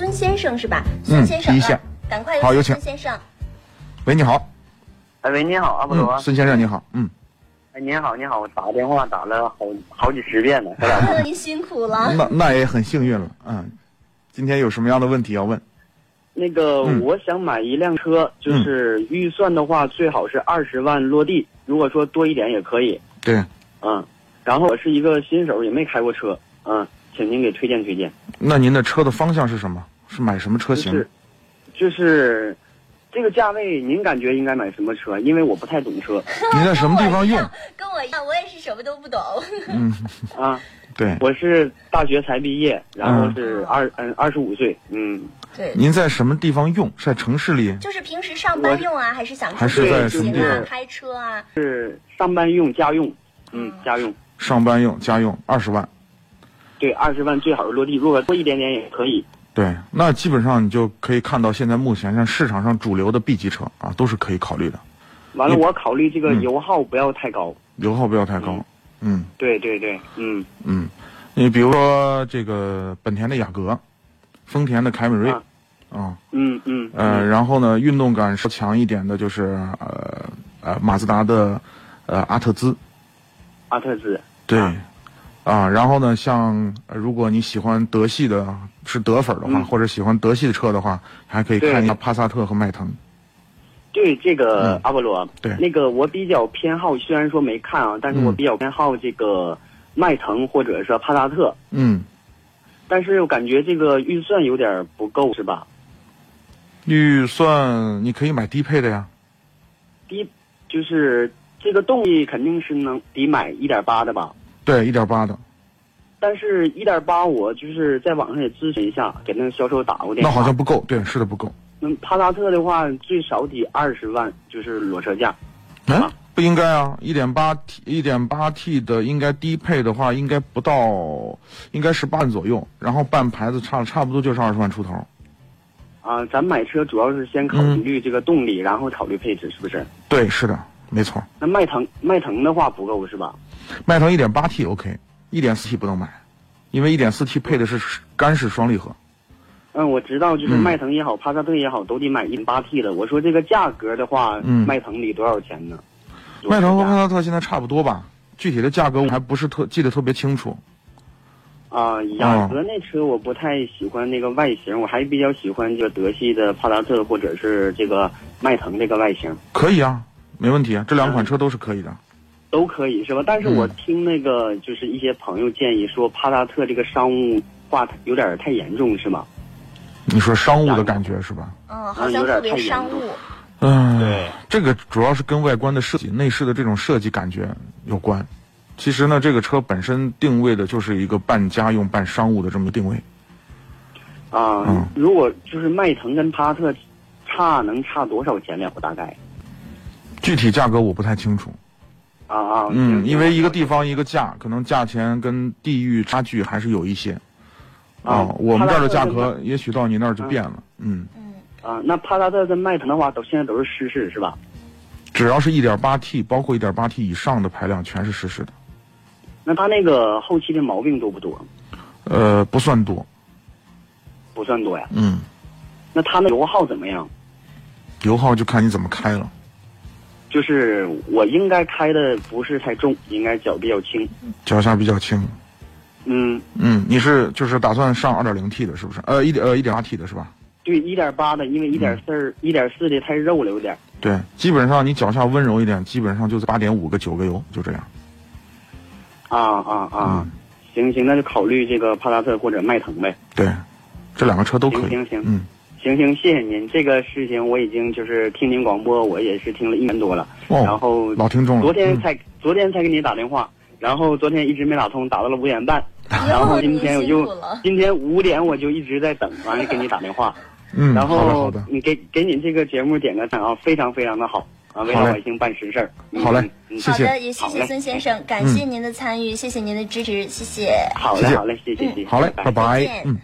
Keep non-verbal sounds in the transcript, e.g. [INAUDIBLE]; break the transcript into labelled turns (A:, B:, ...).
A: 孙先生是吧？孙先生，
B: 嗯第一线
A: 啊赶快
B: 好有请
A: 孙先
B: [CLEARS THROAT]
A: 生。
B: 喂，你好，
C: 哎喂，你好，阿波罗
B: 嗯，。孙先生你好，嗯，
C: 哎，您好，您好，我打电话打了好好几十遍了，咱
B: [LAUGHS]
C: 俩
A: 嗯，您辛苦
C: 啊
A: 了。
B: 那那也很幸运了，嗯，今天有什么样的问题要问？
C: 那个，
B: 嗯
C: 我想买一辆车，就是预算的话，最好是二十万落地，如果说多一点也可以。
B: 对，
C: 嗯，然后我是一个新手，也没开过车。嗯，请您给推荐推荐。
B: 那您的车的方向是什么？是买什么车
C: 就
B: 型？
C: 是，就是这个价位，您感觉应该买什么车？因为我不太懂车
B: 您在什么地方用？
A: 跟我一样，我也是什么都不懂。
B: 嗯，
C: 啊。
B: 对，
C: 我是大学才毕业，然后是
A: 嗯
C: 二嗯二十五岁。嗯，
A: [LAUGHS] 对，
B: 您在什么地方用？是在城市里？
A: 就是平时上班用啊，还是想
B: 还是
A: 出去
B: 在
A: 旅行
B: 什么
A: 啊
B: 地、
A: 开车啊？
C: 是上班用家用。嗯，家用。
B: 上班用、家用，二十万。
C: 对，二十万最好是落地，如果多一点点也可以。
B: 对，那基本上你就可以看到，现在目前像市场上主流的 B 级车啊，都是可以考虑的，
C: 完了，
B: 你
C: 我考虑这个
B: 嗯
C: 油耗不要太高。
B: 油耗不要太高。嗯
C: 对对对，嗯，
B: 嗯，你比如说这个本田的雅阁，丰田的凯美瑞，
C: 啊
B: 啊、
C: 嗯嗯
B: 呃，
C: 嗯
B: 然后呢，运动感稍强一点的就是呃呃马自达的呃阿特兹，
C: 阿特兹，
B: 对，
C: 啊
B: 啊然后呢，像呃如果你喜欢德系的，是德粉的话，
C: 嗯
B: 或者喜欢德系的车的话，还可以
C: 对
B: 看一下帕萨特和迈腾。
C: 对这个、
B: 嗯
C: 阿波罗，
B: 对
C: 那个我比较偏好，虽然说没看啊，但是我
B: 嗯
C: 比较偏好这个迈腾或者是帕萨特，
B: 嗯，
C: 但是我感觉这个预算有点不够，是吧？
B: 预算你可以买低配的呀。
C: 低就是这个动力肯定是能得买一点八的吧，
B: 对，一点八的，
C: 但是一点八我就是在网上也咨询一下，给那个销售打过电
B: 那
C: 话，
B: 好像不够。对，是的，不够。
C: 那帕萨特的话，最少得二十万，就是裸车价。
B: 嗯
C: 啊，
B: 不应该啊，一点八 T，一点八 T 的应该低配的话，应该不到，应该十八万左右，然后半牌子差差不多就是二十万出头。
C: 啊，咱买车主要是先考
B: 嗯
C: 虑这个动力，然后考虑配置，是不是？
B: 对，是的，没错。
C: 那迈腾，迈腾的话不够是吧？
B: 迈腾一点八 T OK，一点四 T 不能买，因为一点四 T 配的是干式双离合。
C: 嗯，我知道，就是
B: 嗯
C: 迈腾也好，帕萨特也好，都得买一点八 T 的。我说这个价格的话，
B: 嗯
C: 迈腾得多少钱呢？
B: 迈腾和帕
C: 啊、
B: 萨特现在差不多吧，具体的价格我还不是特记得特别清楚。
C: 啊
B: 哦
C: 雅阁那车我不太喜欢那个外形，我还比较喜欢这个德系的帕萨特或者是这个迈腾这个外形。
B: 可以啊，没问题啊，这两款车都是可以的。
C: 都可以是吧？但是我
B: 嗯
C: 听那个就是一些朋友建议说，帕萨特这个商务化有点太严重是吗？
B: 你说商务的感觉是吧？
A: 嗯，好像特别商
C: 有
A: 务。
B: 嗯，
C: 对，
B: 这个主要是跟外观的设计、内饰的这种设计感觉有关。其实呢，这个车本身定位的就是一个半家用、半商务的这么一个定位。
C: 啊、
B: 嗯
C: 如果就是迈腾跟帕萨特差能差多少钱两个大概？
B: 具体价格我不太清楚，
C: 啊啊，
B: 嗯，
C: 行
B: 因为一个地方一个价，可能价钱跟地域差距还是有一些。啊，我们这儿的价格也许到你那儿就变了。嗯，
A: 嗯，
C: 啊，那帕萨特跟迈腾的话都现在都是湿式是吧？
B: 只要是一点八 T，包括一点八 T 以上的排量，全是实时的。
C: 那它那个后期的毛病多不多？
B: 呃，不算多。
C: 不算多呀。
B: 嗯，
C: 那它那油耗怎么样？
B: 油耗就看你怎么开了。
C: 就是我应该开的不是太重，应该脚比较轻。
B: 脚下比较轻。
C: 嗯，
B: 嗯，你是就是打算上二点零 T 的，是不是？呃，一点呃一点八 T 的是吧？
C: 对，一点八的，因为一
B: 嗯
C: 点四一点四的太肉了有点。
B: 对，基本上你脚下温柔一点，基本上就是八点五个九个油，就这样。
C: 啊啊啊！
B: 嗯
C: 行行，那就考虑这个帕萨特或者迈腾呗。
B: 对，这两个车都可以。
C: 行行行
B: 嗯，
C: 行行，谢谢您。这个事情我已经就是听您广播，我也是听了一年多了。然
B: 哦，
C: 后
B: 老听众了。
C: 昨天
B: 嗯
C: 才、昨天才给你打电话，然后昨天一直没打通，打到了五点半，
B: 哎
C: 然后
A: 哟，
C: 今
A: 您
C: 天我
A: 辛苦
C: 就
A: 了。
C: 今天五点我就一直在等，完了给你打电话，
B: 嗯，
C: 然
B: 好的好
C: 后
B: 的，
C: 你给给你这个节目点个赞啊，非常非常的好啊，为
B: 好嘞
C: 老百姓办实事儿。嗯
B: 好嘞
C: 嗯嗯
B: 谢嗯
A: 好
B: 谢
A: 的，也谢
C: 好
A: 谢
C: 嘞
A: 孙先生，感谢您的参与，谢谢您的支持，谢谢。
C: 好
B: 谢
C: 嘞
B: 谢
C: 好嘞，谢谢谢谢，
B: 好嘞，
C: 拜
B: 拜
A: 再
B: 拜
A: 见。
B: 嗯。